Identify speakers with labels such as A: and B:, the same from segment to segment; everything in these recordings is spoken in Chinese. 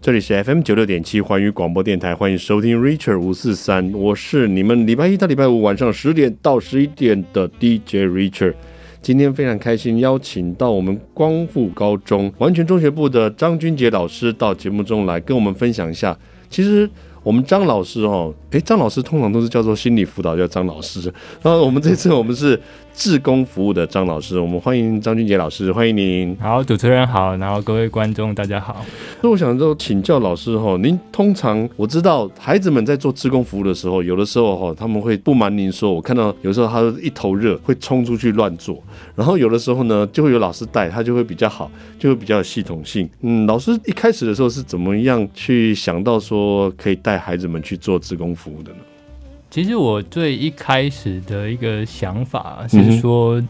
A: 这里是 FM 九六点七环宇广播电台，欢迎收听 Richard 五四三，我是你们礼拜一到礼拜五晚上十点到十一点的 DJ Richard。今天非常开心，邀请到我们光复高中完全中学部的张君杰老师到节目中来跟我们分享一下。其实我们张老师哦，诶，张老师通常都是叫做心理辅导，叫张老师。 然后我们这次我们是志工服务的张老师，我们欢迎张君杰老师，欢迎您。
B: 好，主持人好，然后各位观众大家好。
A: 那我想说，请教老师哈，您通常我知道孩子们在做志工服务的时候，有的时候哈，他们会不瞒您说，我看到有时候他一头热会冲出去乱做，然后有的时候呢，就会有老师带，他就会比较好，就会比较有系统性。嗯，老师一开始的时候是怎么样去想到说可以带孩子们去做志工服务的呢？
B: 其实我最一开始的一个想法
A: 嗯
B: 是说，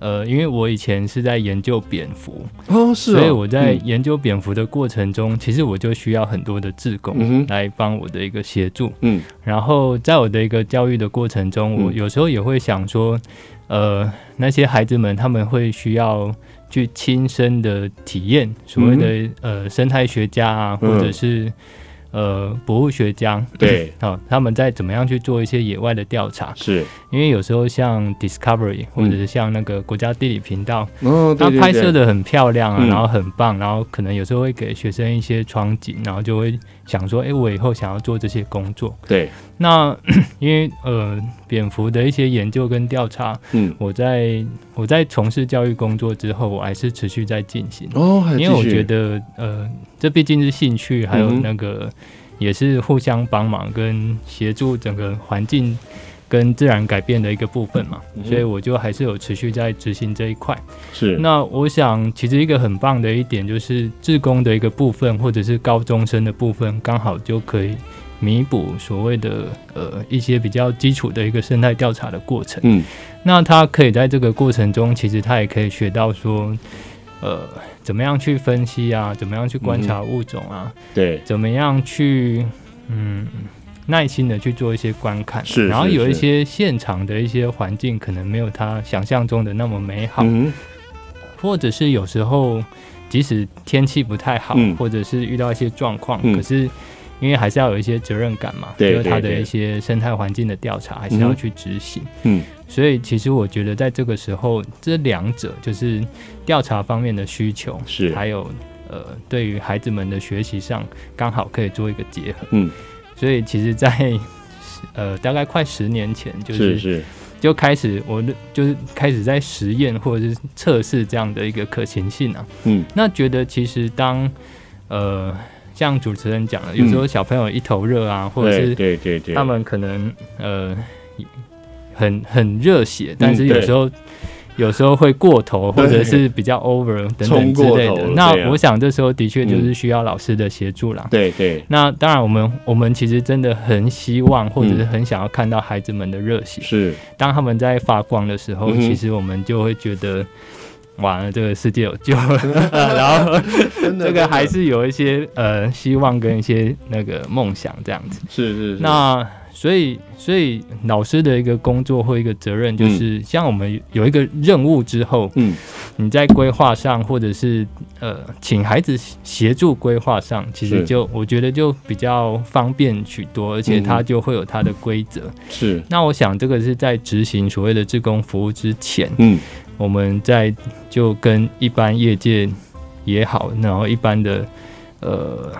B: 呃，因为我以前是在研究蝙蝠，
A: 哦，是
B: 所以我在研究蝙蝠的过程中，其实我就需要很多的志
A: 嗯
B: 工
A: 哼
B: 来帮我的一个协助。
A: 嗯
B: 然后在我的一个教育的过程中，我
A: 嗯
B: 有时候也会想说，呃，那些孩子们他们会需要去亲身的体验所谓的、呃生态学家啊，
A: 嗯
B: 或者是呃博物学家，
A: 对，
B: 好、他们在怎么样去做一些野外的调查？
A: 是，
B: 因为有时候像 Discovery 或者是像那个国家地理频道，
A: 哦，对
B: 它
A: 对
B: 拍摄
A: 对，
B: 的很漂亮啊，
A: 嗯
B: 然后很棒，然后可能有时候会给学生一些窗景，然后就会想说，诶，哎我以后想要做这些工作。
A: 对，
B: 那 因为呃，蝙蝠的一些研究跟调查，
A: 嗯，
B: 我在我在从事教育工作之后，我还是持续在进行，
A: 哦，还
B: 因为
A: 继
B: 我
A: 续
B: 觉得呃，这毕竟是兴趣，还有
A: 嗯哼
B: 那个、也是互相帮忙跟协助整个环境跟自然改变的一个部分嘛，
A: 嗯哼
B: 所以我就还是有持续在执行这一块。
A: 是，
B: 那我想，其实一个很棒的一点就是，志工的一个部分，或者是高中生的部分，刚好就可以弥补所谓的呃一些比较基础的一个生态调查的过程。
A: 嗯
B: 那他可以在这个过程中，其实他也可以学到说，呃，怎么样去分析啊，怎么样去观察物种啊，
A: 对，
B: 怎么样去嗯耐心的去做一些观看，
A: 是是
B: 然后有一
A: 是
B: 些现场的一些环境可能没有他想象中的那么美好。
A: 嗯哼
B: 或者是有时候即使天气不太好，
A: 嗯
B: 或者是遇到一些状况，
A: 嗯
B: 可是因为还是要有一些责任感嘛，
A: 对
B: 就是它
A: 对
B: 的
A: 对
B: 一些生态环境的调查还是
A: 嗯
B: 要
A: 哼
B: 去执行。
A: 嗯，
B: 所以其实我觉得在这个时候，这两者就是调查方面的需求，
A: 是
B: 还有呃对于孩子们的学习上，刚好可以做一个结合。
A: 嗯，
B: 所以其实在，呃大概快十年前，就
A: 是
B: 是
A: 是，
B: 就开始我的就是开始在实验或者是测试这样的一个可行性啊。
A: 嗯，
B: 那觉得其实当呃像主持人讲的，有时候小朋友一头热啊，或
A: 嗯
B: 者
A: 对
B: 是
A: 对对对，
B: 他们可能呃很很热血，但是有时候、有时候会过头，
A: 嗯对
B: 或者是比较 over 等等之类
A: 冲过头
B: 的
A: 了。
B: 那
A: 对啊嗯
B: 我想这时候的确就是需要老师的协助啦。
A: 对对
B: 那当然，我们我们其实真的很希望，或者
A: 嗯
B: 是很想要看到孩子们的热血。
A: 是。
B: 当他们在发光的时候，
A: 嗯哼
B: 其实我们就会觉得，完了，这个世界有 救了。然后
A: 真的
B: 这个还是有一些呃希望跟一些那个梦想这样子。
A: 是是是，
B: 那所以所以老师的一个工作或一个责任，就是、像我们有一个任务之后，
A: 嗯
B: 你在规划上，或者是呃请孩子协助规划上，其实
A: 是
B: 就我觉得就比较方便许多，而且
A: 嗯哼
B: 它就会有它的规则。
A: 是
B: 那我想这个是在执行所谓的志工服务之前，
A: 嗯
B: 我们在就跟一般业界也好，然后一般的呃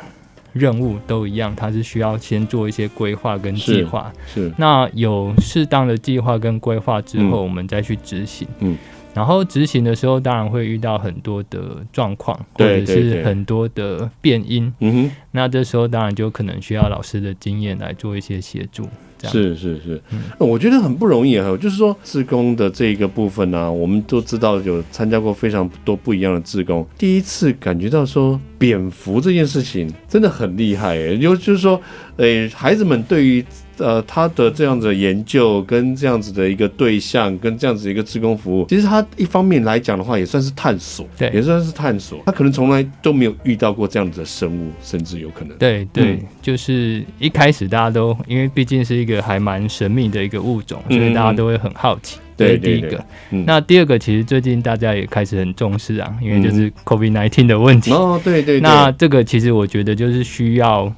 B: 任务都一样，它是需要先做一些规划跟计划。
A: 是
B: 那有适当的计划跟规划之后，
A: 嗯
B: 我们再去执行。
A: 嗯。
B: 然后执行的时候，当然会遇到很多的状况，或
A: 对
B: 者
A: 对
B: 是
A: 对
B: 很多的变因。
A: 嗯
B: 那这时候当然就可能需要老师的经验来做一些协助。
A: 哼
B: 这样
A: 是是是
B: 嗯，
A: 我觉得很不容易啊。就是说，志工的这一个部分呢、啊我们都知道有参加过非常多不一样的志工，欸第一次感觉到说蝙蝠这件事情真的很厉害耶、尤就是说，诶、孩子们对于呃他的这样子的研究跟这样子的一个对象跟这样子的一个志工服务，其实他一方面来讲的话，也算是探索，
B: 对
A: 也算是探索。他可能从来都没有遇到过这样子的生物，甚至有可能。
B: 对对，
A: 嗯
B: 就是一开始大家都因为毕竟是一个还蛮神秘的一个物种，所
A: 嗯
B: 以大家都会很好奇。这
A: 对
B: 是第一
A: 对对
B: 个
A: 嗯，
B: 那第二个其实最近大家也开始很重视啊，因为就
A: 嗯
B: 是 COVID 1 9的问题。
A: 哦，对对对，
B: 那这个其实我觉得就是需要，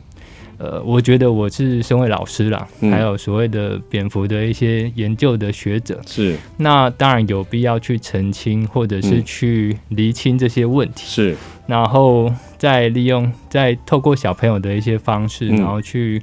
B: 呃，我觉得我是身为老师啦，
A: 嗯
B: 还有所谓的蝙蝠的一些研究的学者，
A: 是
B: 那当然有必要去澄清或者是
A: 嗯
B: 去厘清这些问题，
A: 是，
B: 然后再利用再透过小朋友的一些方式，
A: 嗯
B: 然后去。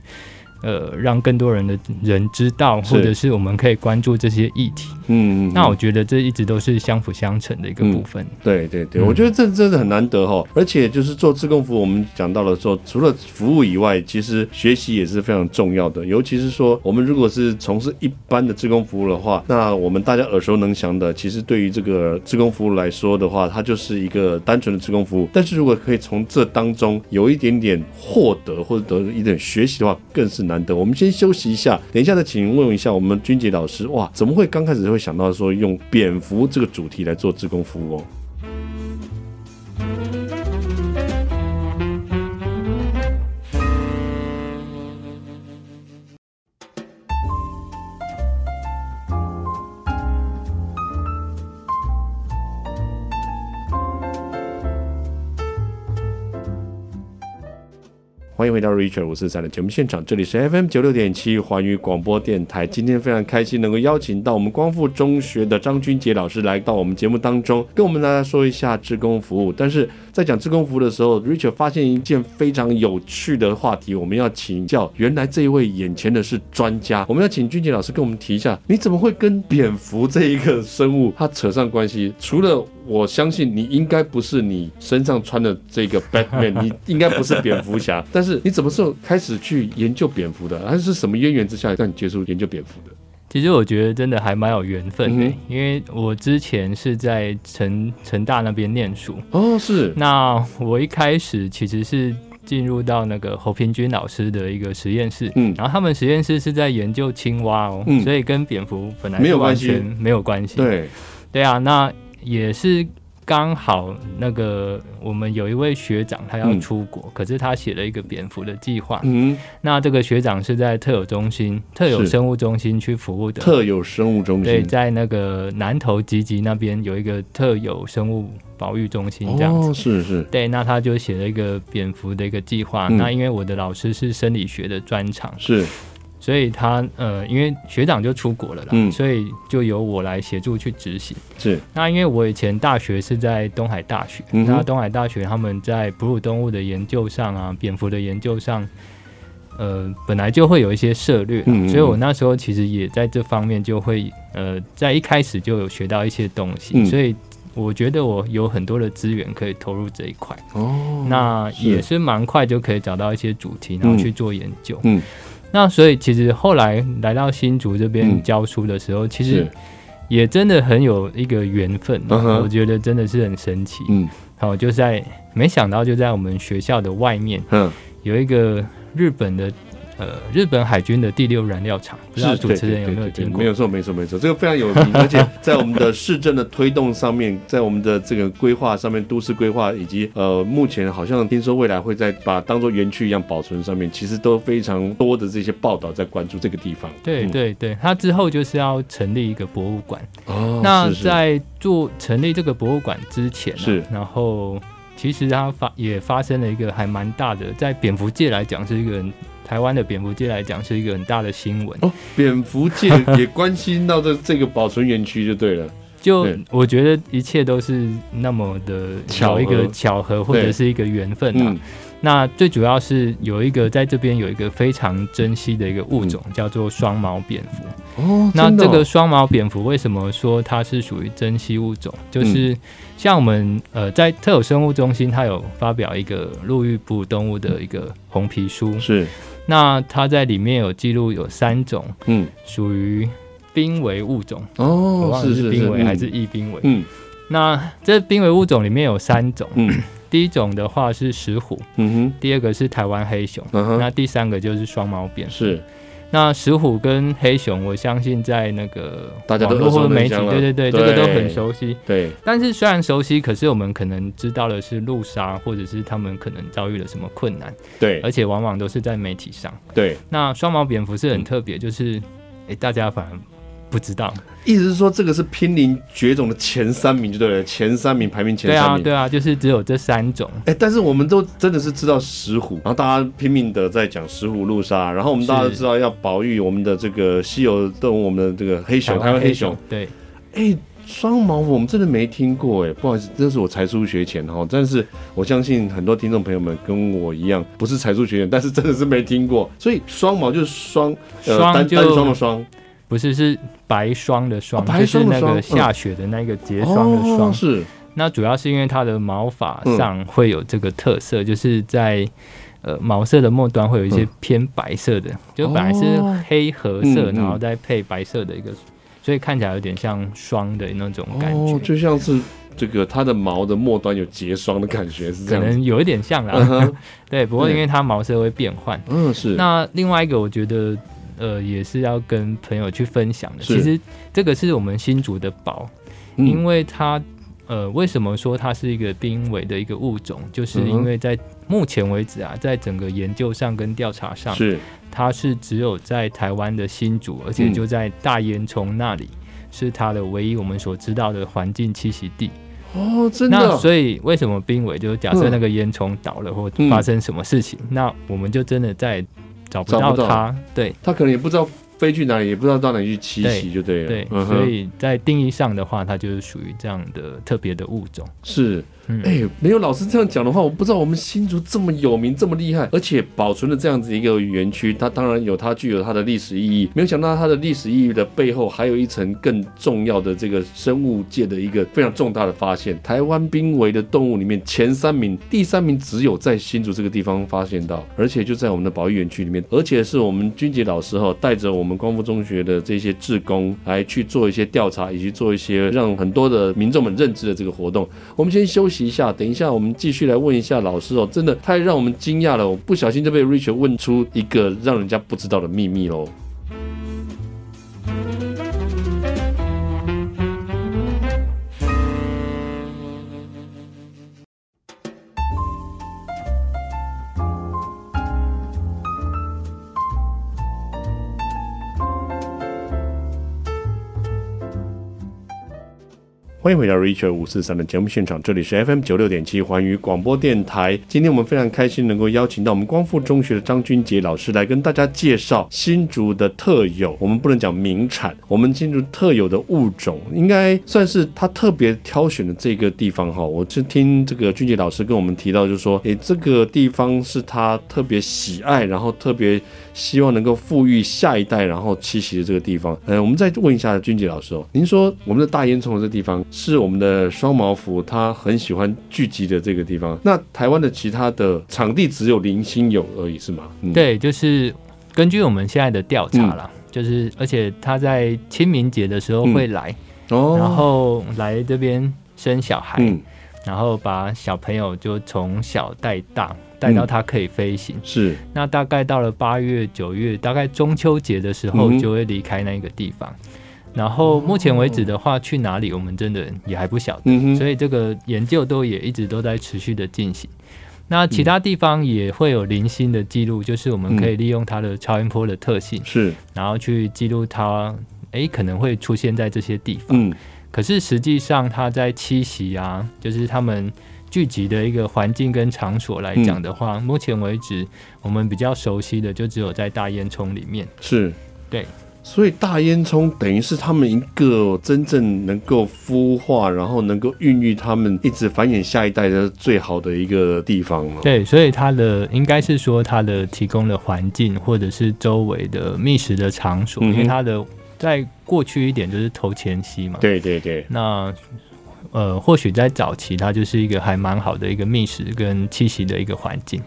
B: 呃，让更多人的人知道，
A: 是
B: 或者是我们可以关注这些议题。
A: 嗯，嗯
B: 那
A: 嗯
B: 我觉得这一直都是相辅相成的一个部分。
A: 对对对，
B: 嗯
A: 我觉得这真的很难得哈。而且就是做自贡服务，我们讲到了说，除了服务以外，其实学习也是非常重要的。尤其是说，我们如果是从事一般的自贡服务的话，那我们大家耳熟能详的，其实对于这个自贡服务来说的话，它就是一个单纯的自贡服务。但是如果可以从这当中有一点点获得或者一点学习的话，更是难得。我们先休息一下，等一下再请问一下我们君杰老师，哇，怎么会刚开始会想到说用蝙蝠这个主题来做自贡服务哦？欢迎回到 Richard 五四三的节目现场，这里是 FM 九六点七环宇广播电台。今天非常开心能够邀请到我们光复中学的张君杰老师来到我们节目当中，跟我们大家说一下志工服务。但是在讲志工服务的时候，Richard 发现一件非常有趣的话题，我们要请教。原来这一位眼前的是专家，我们要请君杰老师跟我们提一下，你怎么会跟蝙蝠这一个生物它扯上关系？除了我相信你应该不是你身上穿的这个 Batman，你应该不是蝙蝠侠， 但是你怎么时候开始去研究蝙蝠的？还是什么渊源之下让你接触研究蝙蝠的？
B: 其实我觉得真的还蛮有缘分的、
A: 嗯哼
B: 因为我之前是在成成大那边念书，
A: 哦，是，
B: 那我一开始其实是进入到那个侯平军老师的一个实验室，
A: 嗯，
B: 然后他们实验室是在研究青蛙哦，
A: 嗯
B: 所以跟蝙蝠本来
A: 没有
B: 是完
A: 关系
B: 全没有关系，
A: 对，
B: 对啊，那也是刚好那个我们有一位学长他要
A: 嗯
B: 出国，可是他写了一个蝙蝠的计划，
A: 嗯，
B: 那这个学长是在特有中心、特有
A: 是
B: 生物中心去服务的，
A: 特有生物中
B: 对，
A: 心，
B: 在那个南投集集那边有一个特有生物保育中心这样子。
A: 哦，是是，
B: 对，那他就写了一个蝙蝠的一个计划。
A: 嗯
B: 那因为我的老师是生理学的专长，
A: 是，
B: 所以他呃，因为学长就出国了啦，
A: 嗯
B: 所以就由我来协助去执行。
A: 是，
B: 那因为我以前大学是在东海大学，
A: 嗯哼
B: 那东海大学他们在哺乳动物的研究上啊，蝙蝠的研究上，呃，本来就会有一些涉略啊、
A: 嗯嗯嗯
B: 所以我那时候其实也在这方面就会呃，在一开始就有学到一些东西，
A: 嗯
B: 所以我觉得我有很多的资源可以投入这一块，
A: 哦，
B: 那
A: 是
B: 也是蛮快就可以找到一些主题，然后
A: 嗯
B: 去做研究。
A: 嗯
B: 那所以其实后来来到新竹这边
A: 嗯
B: 教书的时候，其实
A: 是，
B: 也真的很有一个缘分啊
A: 嗯哼
B: 我觉得真的是很神奇。
A: 嗯
B: 好、就在没想到就在我们学校的外面
A: 嗯，
B: 有一个日本的呃日本海军的第六燃料厂，不知道
A: 是
B: 主持人有没有
A: 对对对对
B: 听过？
A: 没有错，没错，没错，这个非常有名， 而且在我们的市政的推动上面，在我们的这个规划上面，都市规划以及呃，目前好像听说未来会在把当做园区一样保存上面，其实都非常多的这些报道在关注这个地方。
B: 对
A: 嗯，
B: 对对，他之后就是要成立一个博物馆。
A: 哦，
B: 那
A: 是是
B: 在做成立这个博物馆之前、啊，
A: 是
B: 然后其实它发也发生了一个还蛮大的，在蝙蝠界来讲是一个很台湾的蝙蝠界来讲是一个很大的新闻。
A: 哦，蝙蝠界也关心到这这个保存园区就对了，
B: 就
A: 对
B: 我觉得一切都是那么的
A: 巧合
B: 有一个巧合或者
A: 对
B: 是一个缘分啊。
A: 嗯，
B: 那最主要是有一个在这边有一个非常珍惜的一个物种，叫做双毛蝙蝠。
A: 嗯哦，
B: 那
A: 真的
B: 这
A: 哦
B: 个双毛蝙蝠为什么说它是属于珍稀物种？
A: 嗯
B: 就是像我们呃在特有生物中心，它有发表一个陆域哺乳动物的一个红皮书，
A: 是，
B: 那它在里面有记录有三种
A: 嗯，
B: 属于濒危物种，我
A: 哦，
B: 忘了
A: 是是
B: 是濒危
A: 嗯
B: 还是易濒危。
A: 嗯
B: 那这濒危物种里面有三种，
A: 嗯
B: 第一种的话是石虎，
A: 嗯
B: 第二个是台湾黑熊，
A: 哼，嗯哼，
B: 那第三个就是双毛扁。
A: 是
B: 那石虎跟黑熊，我相信在那个
A: 大家都
B: 网络
A: 耳熟
B: 或
A: 能
B: 者媒体，
A: 详了
B: 对对对，
A: 对
B: 这个都很熟悉。
A: 对，
B: 但是虽然熟悉，可是我们可能知道的是路杀，或者是他们可能遭遇了什么困难，
A: 对
B: 而，且往往都是在媒体上。
A: 对，
B: 那双毛蝙蝠是很特别，就是诶、大家反而不知道。
A: 意思是说这个是濒临绝种的前三名就对了，前三名排名前
B: 对
A: 三
B: 啊，
A: 名。
B: 对啊，就是只有这三种。
A: 哎、但是我们都真的是知道石虎，然后大家拼命的在讲石虎路杀，然后我们大家都
B: 是
A: 知道要保育我们的这个稀有动物，我们的这个黑熊，台湾黑熊。，
B: 对，
A: 哎、双毛我们真的没听过哎，不好意思，这是我才疏学浅哈。但是我相信很多听众朋友们跟我一样，不是才疏学浅，但是真的是没听过。所以双毛就是双，呃，
B: 双
A: 单
B: 就
A: 单双的双，
B: 不是是白霜的霜，
A: 哦白霜的
B: 就是那
A: 霜
B: 个下雪的那个结霜的霜。
A: 哦、是，
B: 那主要是因为它的毛发上会有这个特色，就是在呃毛色的末端会有一些偏白色
A: 哦
B: 的，就本来是黑褐色，
A: 嗯嗯
B: 然后再配白色的一个，所以看起来有点像霜的那种感觉，
A: 哦，就像是这个它的毛的末端有结霜的感觉，是这样
B: 可
A: 子。
B: 能啊有一点像啦。
A: 嗯 哼，
B: 对，不过
A: 对
B: 因为它毛色会变换。
A: 嗯是，
B: 那另外一个，我觉得呃也是要跟朋友去分享的。
A: 是
B: 其实这个是我们新竹的宝，
A: 嗯
B: 因为它呃，为什么说它是一个濒危的一个物种，就
A: 嗯
B: 是
A: 哼
B: 因为在目前为止啊，在整个研究上跟调查上，
A: 是
B: 它是只有在台湾的新竹，而且
A: 嗯
B: 就在大烟囱那里。是它的唯一我们所知道的环境栖息地。
A: 哦，真的
B: 那
A: 哦，
B: 所以为什么濒危？就是假设
A: 嗯
B: 那个烟囱倒了或
A: 嗯
B: 发生什么事情，那我们就真的再也找不
A: 找
B: 到
A: 不到
B: 它。对，
A: 它可能也不知道飞去哪里，也不知道到哪里去栖息，就对了。
B: 对，
A: 嗯哼
B: 所以在定义上的话，它就是属于这样的特别的物种。
A: 是，
B: 嗯，
A: 哎、没有老师这样讲的话，我不知道我们新竹这么有名，这么厉害，而且保存了这样子一个园区，它当然有它具有它的历史意义。没有想到它的历史意义的背后，还有一层更重要的这个生物界的一个非常重大的发现。台湾濒危的动物里面前三名，第三名只有在新竹这个地方发现到，而且就在我们的保育园区里面，而且是我们军杰老师哈、带着我们光复中学的这些志工来去做一些调查，以及做一些让很多的民众们认知的这个活动。我们先休息一下，等一下我们继续来问一下老师哦，真的太让我们惊讶了，我不小心就被 Richard 问出一个让人家不知道的秘密喽。欢迎回到 Richard 五四三的节目现场，这里是 FM 九六点七环宇广播电台。今天我们非常开心能够邀请到我们光复中学的张君杰老师来跟大家介绍新竹的特有，我们不能讲名产，我们新竹特有的物种，应该算是他特别挑选的这个地方哈。我是听这个君杰老师跟我们提到，就是说，诶，这个地方是他特别喜爱，然后特别希望能够富裕下一代，然后栖息的这个地方。呃，我们再问一下君杰老师哦，您说我们的大烟囱这地方是我们的双毛蝠它很喜欢聚集的这个地方，那台湾的其他的场地只有零星有而已是吗？嗯，
B: 对，就是根据我们现在的调查啦，就是而且它在清明节的时候会来，
A: 哦，
B: 然后来这边生小孩，
A: 嗯
B: 然后把小朋友就从小带大。带
A: 嗯
B: 到它可以飞行，
A: 是
B: 那大概到了八月、九月，大概中秋节的时候
A: 嗯哼
B: 就会离开那个地方。然后目前为止的话，去哪里我们真的也还不晓得。
A: 嗯哼
B: 所以这个研究都也一直都在持续的进行。
A: 嗯
B: 那其他地方也会有零星的记录，就是我们可
A: 嗯
B: 以利用它的超音波的特性，
A: 是
B: 然后去记录它，诶、可能会出现在这些地方。
A: 嗯
B: 可是实际上它在栖息啊，就是它们聚集的一个环境跟场所来
A: 嗯
B: 讲的话，目前为止我们比较熟悉的就只有在大烟囱里面。
A: 是
B: 对。
A: 所以大烟囱等于是他们一个真正能够孵化，然后能够孕育他们一直繁衍下一代的最好的一个地方哦了。
B: 对，所以它的应该是说它的提供的环境或者是周围的觅食的场所，
A: 嗯哼
B: 因为它的在过去一点就是头前溪嘛。
A: 对对对，
B: 那呃，或许在早期它就是一个还蛮好的一个觅食跟栖息的一个环境。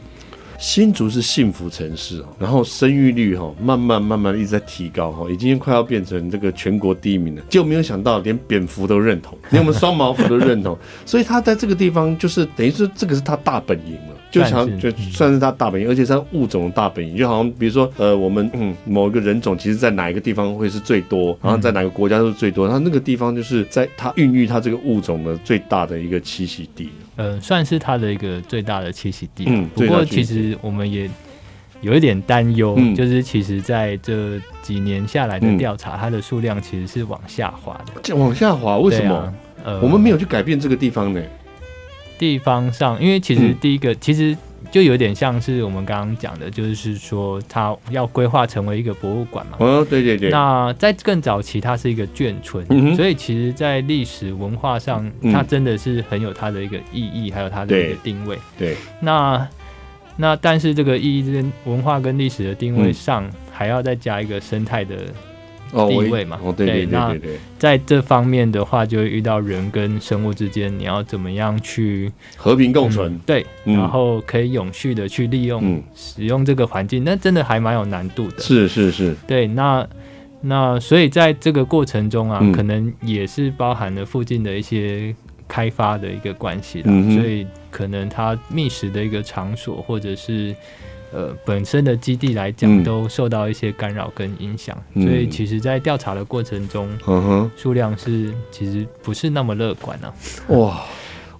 A: 新竹是幸福城市哦，然后生育率哈、哦，慢慢慢慢一直在提高哈、哦，已经快要变成这个全国第一名了。就没有想到连蝙蝠都认同，连我们双毛蝠都认 同，所以他在这个地方就是等于说这个是他大本营了。就
B: 算
A: 想就
B: 是
A: 算是它大本营，而且是它物种的大本营，就好像比如说呃，我们、嗯、某一个人种，其实在哪一个地方会是最多，
B: 嗯
A: 然后在哪个国家是最多，它那个地方就是在它孕育它这个物种的最大的一个栖息地。
B: 呃，算是它的一个最大的栖息地。
A: 嗯
B: 不
A: 最大
B: 过
A: 栖息
B: 其实我们也有一点担忧，
A: 嗯
B: 就是其实在这几年下来的
A: 嗯
B: 调查，它的数量其实是往下滑的。
A: 这往下滑，为什
B: 对
A: 么？
B: 啊呃，
A: 我们没有去改变这个地方呢？
B: 地方上，因为其实
A: 嗯
B: 第一个、其实就有点像是我们刚刚讲的，就是说它要规划成为一个博物馆嘛。
A: 哦，对对对，
B: 那在更早期，它是一个眷村，
A: 嗯哼
B: 所以其实，在历史文化上，
A: 嗯
B: 它真的是很有它的一个意义，还有它的
A: 对
B: 一个定位。
A: 对，
B: 那那但是这个意义跟文化跟历史的定位
A: 嗯
B: 上，还要再加一个生态的，
A: 哦，我
B: 地位嘛
A: 哦，对对
B: 对
A: 对
B: 那
A: 对对，
B: 在这方面的话，就会遇到人跟生物之间，你要怎么样去
A: 和平共存
B: 嗯，对，
A: 嗯
B: 然后可以永续的去利用、
A: 嗯，
B: 使用这个环境，那真的还蛮有难度的。
A: 是是是，
B: 对，那那所以在这个过程中啊，
A: 嗯
B: 可能也是包含了附近的一些开发的一个关系啦，
A: 嗯哼
B: 所以可能它觅食的一个场所或者是。呃，本身的基地来讲，
A: 嗯
B: 都受到一些干扰跟影响，
A: 嗯
B: 所以其实，在调查的过程中，
A: 嗯哼。
B: 数量是其实不是那么乐观啊。
A: 哇！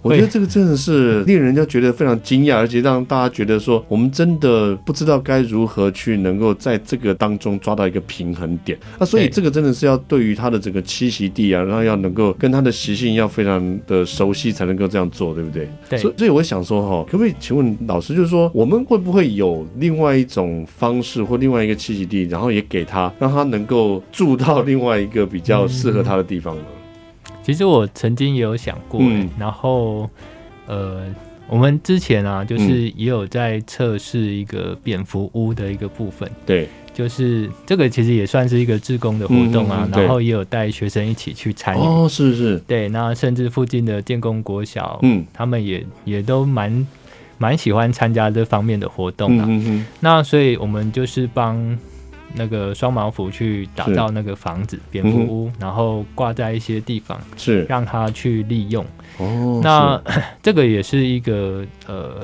A: 我觉得这个真的是令人家觉得非常惊讶，而且让大家觉得说，我们真的不知道该如何去能够在这个当中抓到一个平衡点。那所以
B: 对
A: 这个真的是要对于它的整个栖息地啊，然后要能够跟它的习性要非常的熟悉，才能够这样做，对不对？
B: 对，
A: 所以所以我想说哈，可不可以请问老师，就是说我们会不会有另外一种方式或另外一个栖息地，然后也给它，让它能够住到另外一个比较
B: 嗯
A: 适合它的地方呢？
B: 其实我曾经也有想过、
A: 嗯
B: 欸然后呃，我们之前啊，
A: 嗯
B: 就是也有在测试一个蝙蝠屋的一个部分，
A: 对，
B: 就是这个其实也算是一个志工的活动啊，
A: 嗯嗯嗯对
B: 然后也有带学生一起去参与。
A: 哦，是是，
B: 对，那甚至附近的建工国小，
A: 嗯。
B: 他们也也都蛮蛮喜欢参加这方面的活动
A: 嗯
B: 啊。
A: 嗯嗯，
B: 那所以我们就是帮那个双毛蝠去打
A: 是
B: 造那个房子蝙蝠
A: 嗯哼
B: 屋，然后挂在一些地方，
A: 是
B: 让它去利用。
A: 哦，
B: 那 这个也是一个呃，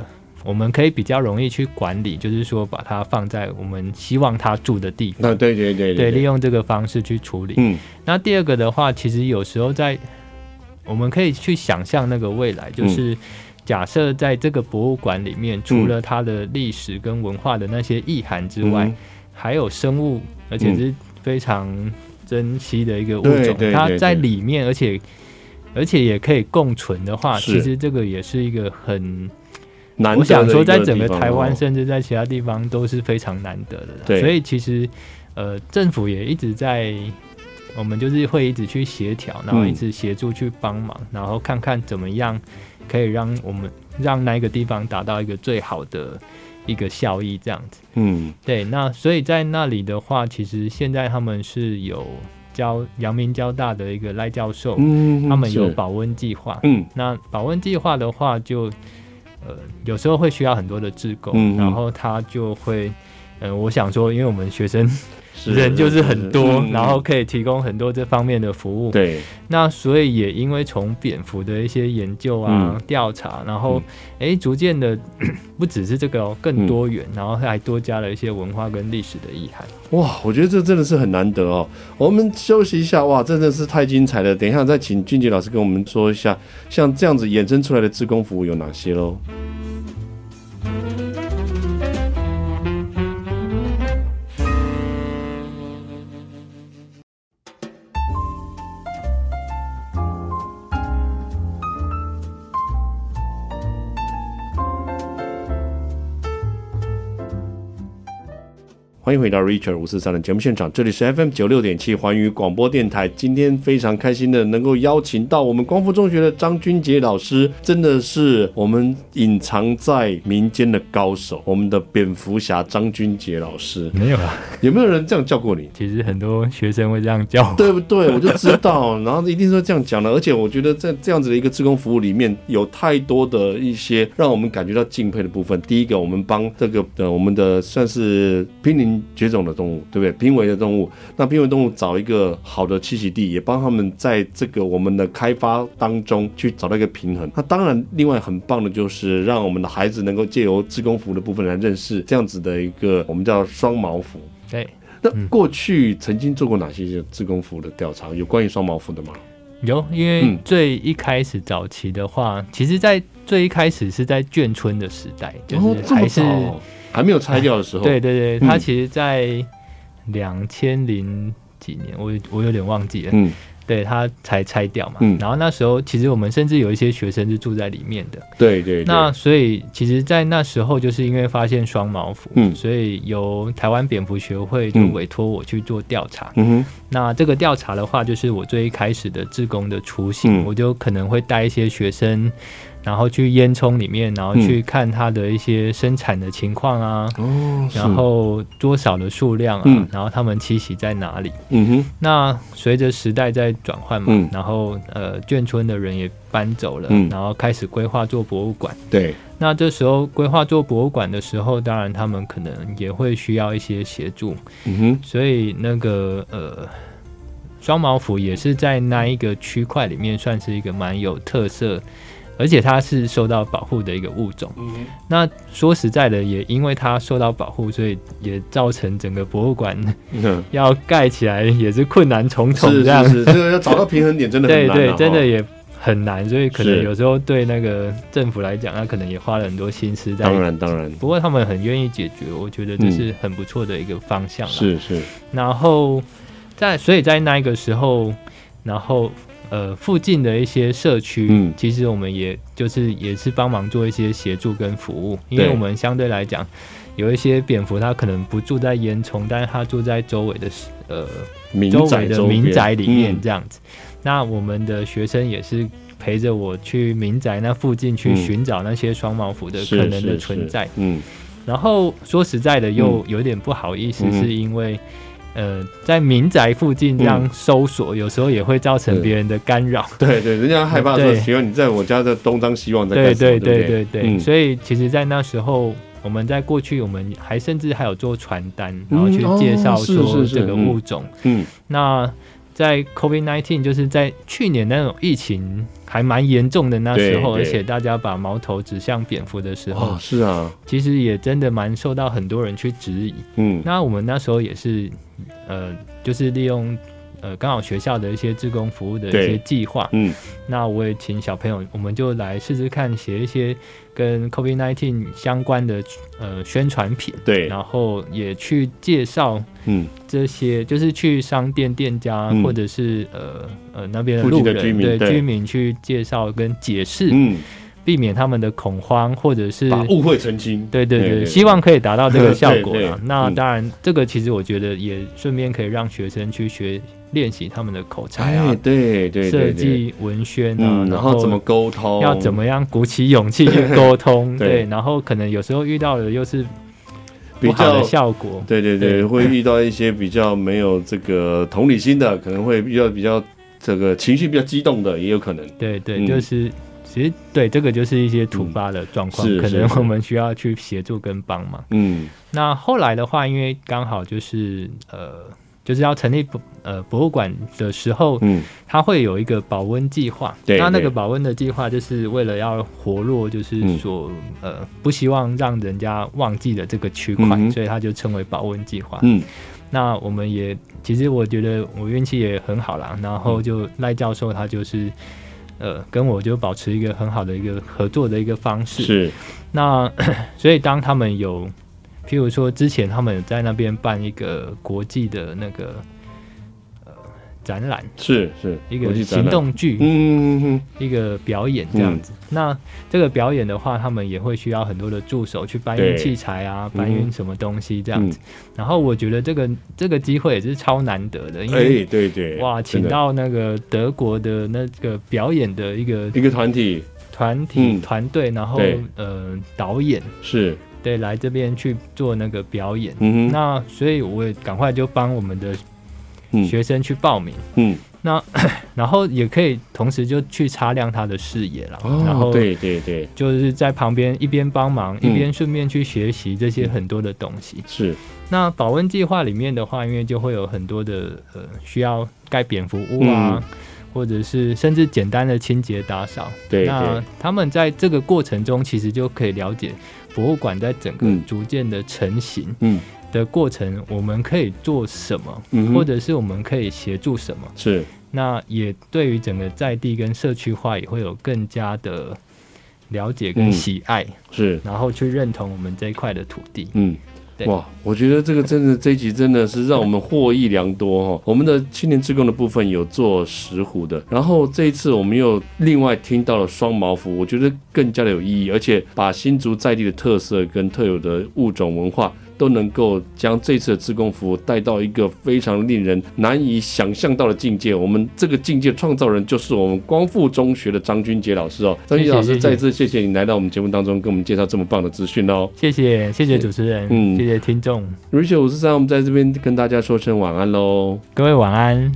B: 我们可以比较容易去管理，就是说把它放在我们希望它住的地
A: 是
B: 方，
A: 那对对对
B: 对，利用这个方式去处理。
A: 嗯
B: 那第二个的话，其实有时候在我们可以去想象那个未来，
A: 嗯
B: 就是。假设在这个博物馆里面，除了它的历史跟文化的那些意涵之外，
A: 嗯
B: 还有生物，而且是非常珍惜的一个物
A: 对
B: 种，
A: 对
B: 它
A: 对
B: 在
A: 对
B: 里面，而且而且也可以共存的话，
A: 是
B: 其实这个也是一个很，
A: 难得
B: 我
A: 的
B: 想说，
A: 一
B: 在整个
A: 地方
B: 台湾
A: 哦
B: 甚至在其他地方都是非常难得的啦。
A: 对
B: 所以其实呃，政府也一直在。我们就是会一直去协调，然后一直协助去帮忙，然后看看怎么样可以让我们让那一个地方达到一个最好的一个效益，这样子。
A: 嗯
B: 对，那所以在那里的话，其实现在他们是有教阳明交大的一个赖教授，
A: 嗯，
B: 他们有
A: 是
B: 保温计划。
A: 嗯
B: 那保温计划的话就，呃有时候会需要很多的志工，
A: 嗯嗯
B: 然后他就会。嗯，我想说，因为我们学生
A: 是
B: 人就是很多，
A: 嗯
B: 然后可以提供很多这方面的服务。
A: 对
B: 那所以也因为从蝙蝠的一些研究啊
A: 嗯、
B: 调、查，然后诶逐渐的 不只是这个、哦、
A: 嗯
B: 更多元，然后还多加了一些文化跟历史的意涵。
A: 哇，我觉得这真的是很难得哦。我们休息一下，哇，真的是太精彩了。等一下再请俊杰老师跟我们说一下，像这样子衍生出来的志工服务有哪些喽？欢迎回到 Richard 五四三的节目现场，这里是 FM 九六点七环宇广播电台。今天非常开心的能够邀请到我们光复中学的张君杰老师，真的是我们隐藏在民间的高手，我们的蝙蝠侠张君杰老师。
B: 没有啊，
A: 有没有人这样叫过你？
B: 其实很多学生会这样叫 我。
A: 对不对？我就知道，然后一定是这样讲的。而且我觉得在这样子的一个志工服务里面，有太多的一些让我们感觉到敬佩的部分。第一个，我们帮这个呃我们的算是濒临绝种的动物，对不对？濒危的动物，那濒危动物找一个好的栖息地，也帮他们在这个我们的开发当中去找到一个平衡。那当然，另外很棒的就是让我们的孩子能够借由志工服务的部分来认识这样子的一个我们叫双毛服。
B: 对，
A: 那过去曾经做过哪些自工服的调查？有关于双毛服的吗？
B: 有，因为
A: 嗯
B: 最一开始早期的话，其实，在最一开始是在眷村的时代，就
A: 哦
B: 是
A: 这么
B: 还是、
A: 早哦还没有拆掉的时候，
B: 对对对，
A: 嗯
B: 它其实，在两千零几年，我我有点忘记了，
A: 嗯，
B: 对，它才拆掉嘛。
A: 嗯
B: 然后那时候，其实我们甚至有一些学生是住在里面的。
A: 对对对，
B: 那所以，其实，在那时候，就是因为发现双毛蝠，
A: 嗯
B: 所以由台湾蝙蝠学会就
A: 嗯
B: 委托我去做调查。
A: 嗯哼，
B: 那这个调查的话，就是我最一开始的志工的雏形，
A: 嗯
B: 我就可能会带一些学生，然后去烟囱里面，然后
A: 嗯
B: 去看它的一些生产的情况啊，
A: 哦，是
B: 然，后多少的数量啊，
A: 嗯
B: 然后它们栖息在哪里。
A: 嗯哼，
B: 那随着时代在转换嘛，
A: 嗯
B: 然后呃眷村的人也搬走了，
A: 嗯
B: 然后开始规划做博物馆。
A: 对，
B: 那这时候规划做博物馆的时候，当然他们可能也会需要一些协助，
A: 嗯哼，
B: 所以那个呃双毛蝠也是在那一个区块里面算是一个蛮有特色，而且它是受到保护的一个物种。
A: 嗯
B: 那说实在的，也因为它受到保护，所以也造成整个博物馆
A: 哼，
B: 要盖起来也是困难重重
A: 是
B: 这样。
A: 是是，这个要找到平衡点真的很
B: 对
A: 难啊
B: 对，真的
A: 哦
B: 也很难，所以可能
A: 是
B: 有时候对那个政府来讲，他可能也花了很多心思在。
A: 当然嗯当然
B: 不过他们很愿意解决，我觉得这是很不错的一个方向、啦。
A: 是是，
B: 然后在所以在那一个时候，然后呃附近的一些社区，
A: 嗯
B: 其实我们也就是也是帮忙做一些协助跟服务，因为
A: 对
B: 我们相对来讲有一些蝙蝠它可能不住在烟囱，但是它住在周围的呃
A: 民
B: 周
A: 宅
B: 围的
A: 周边
B: 民宅里面
A: 嗯
B: 这样子。那我们的学生也是陪着我去民宅那附近去
A: 嗯
B: 寻找那些双毛蝠的
A: 是
B: 可能
A: 是
B: 的
A: 是
B: 存在。
A: 嗯，
B: 然后说实在的，又有点不好意思，
A: 嗯
B: 是因为。呃，在民宅附近这
A: 嗯
B: 样搜索，有时候也会造成
A: 对
B: 别人的干扰。
A: 对对，人家害怕说，
B: 对
A: 请问你在我家的东张西望在
B: 对
A: 干什么？
B: 对
A: 对不
B: 对对对，
A: 嗯
B: 所以其实，在那时候，我们在过去，我们还甚至还有做传单，然后去
A: 嗯哦
B: 介绍
A: 是
B: 说
A: 是是
B: 这个
A: 嗯
B: 物种。
A: 嗯，
B: 那在 COVID 19就是在去年那种疫情还蛮严重的那时候，
A: 对
B: 而
A: 对
B: 且大家把矛头指向蝙蝠的时候
A: 哇，，是啊，
B: 其实也真的蛮受到很多人去质疑。
A: 嗯，
B: 那我们那时候也是，呃，就是利用呃刚好学校的一些志工服务的一
A: 对
B: 些计划，
A: 嗯，
B: 那我也请小朋友，我们就来试试看写一些跟 COVID 19相关的呃宣传品，
A: 对，
B: 然后也去介绍
A: 嗯，
B: 这些就是去商店店家、
A: 嗯
B: 或者是呃呃那边的
A: 附近
B: 路
A: 的
B: 人
A: 居民
B: 对
A: 对
B: 居民去介绍跟解释，
A: 嗯，
B: 避免他们的恐慌或者是
A: 把误会澄清，
B: 对对
A: 对对
B: 对，
A: 对
B: 希望可以达到这个效果
A: 对
B: 啦
A: 对。
B: 那
A: 嗯
B: 当然，这个其实我觉得也顺便可以让学生去学练习他们的口才啊
A: 哎，、对对
B: 设
A: 对对，
B: 计文宣啊
A: 嗯，，然
B: 然
A: 后怎么沟通，
B: 要怎么样鼓起勇气去沟 通，
A: 对
B: 对，然后可能有时候遇到的又是
A: 比
B: 不好
A: 较
B: 的效果，
A: 对对对，
B: 对
A: 会遇到一些比较没有这个同理心的，可能会遇到比较这个情绪比较激动的，也有可能。
B: 对
A: 嗯
B: 对，就是、其实对这个就是一些突发的状况，
A: 嗯是
B: 可
A: 是
B: 能
A: 是
B: 我们需要去协助跟帮忙。
A: 嗯，
B: 那后来的话，因为刚好就是呃，就是要成立博呃博物馆的时候，
A: 嗯，
B: 它会有一个保温计划。
A: 对
B: 那那
A: 对嗯
B: 个保温的计划就是为了要活络，就是说、呃不希望让人家忘记了这个区块，
A: 嗯哼
B: 所以它就称为保温计划。
A: 嗯，
B: 那我们也其实我觉得我运气也很好啦，然
A: 嗯
B: 后就赖教授他就是。呃，跟我就保持一个很好的一个合作的一个方式。
A: 是，
B: 那 所以当他们有，譬如说之前他们有在那边办一个国际的那个呃展览，
A: 是是
B: 一
A: 国
B: 个
A: 际展
B: 行
A: 览，
B: 动剧，
A: 嗯嗯嗯
B: 一个表演这样子。那这个表演的话，他们也会需要很多的助手去搬
A: 对
B: 运器材啊，搬
A: 嗯哼
B: 运什么东西这样
A: 嗯
B: 子。然后我觉得这个这个机会也是超难得的，因
A: 嗯，
B: 为、
A: 哎，对对，
B: 哇，
A: 真
B: 请
A: 的
B: 到那个德国的那个表演的一个
A: 一个团体
B: 团体
A: 嗯
B: 团队，然后
A: 对
B: 呃导演
A: 是，
B: 对来这边去做那个表演。
A: 嗯哼，
B: 那所以我也赶快就帮我们的
A: 嗯
B: 学生去报名，
A: 嗯，
B: 然后也可以同时就去擦亮他的视野啦。然
A: 哦
B: 后，
A: 对对对，
B: 就是在旁边一边帮忙，
A: 嗯
B: 一边顺便去学习这些很多的东西。
A: 是，
B: 那保温计划里面的话，因为就会有很多的呃需要盖蝙蝠屋啊，
A: 嗯
B: 或者是甚至简单的清洁打扫。
A: 对
B: 那
A: 对，
B: 他们在这个过程中，其实就可以了解博物馆在整个
A: 嗯
B: 逐渐的成型
A: 嗯
B: 的过程，我们可以做什么，
A: 嗯哼，
B: 或者是我们可以协助什么。
A: 是，
B: 那也对于整个在地跟社区化也会有更加的了解
A: 嗯
B: 跟喜爱，
A: 是，
B: 然后去认同我们这一块的土地。
A: 嗯。
B: 对
A: 哇，我觉得这个真的这一集真的是让我们获益良多哦。我们的青年志工的部分有做石虎的，然后这一次我们又另外听到了双毛蝠，我觉得更加的有意义，而且把新竹在地的特色跟特有的物种文化。都能够将这次的志工服务带到一个非常令人难以想象到的境界。我们这个境界创造人就是我们光复中学的张君杰老师哦。张君杰老师，
B: 谢谢
A: 再次谢谢你来到我们节目当中，跟我们介绍这么棒的资讯哦。
B: 谢谢，谢谢主持人，
A: 嗯
B: 谢谢听众，
A: r a c h e 五四三，我们在这边跟大家说声晚安喽。
B: 各位晚安。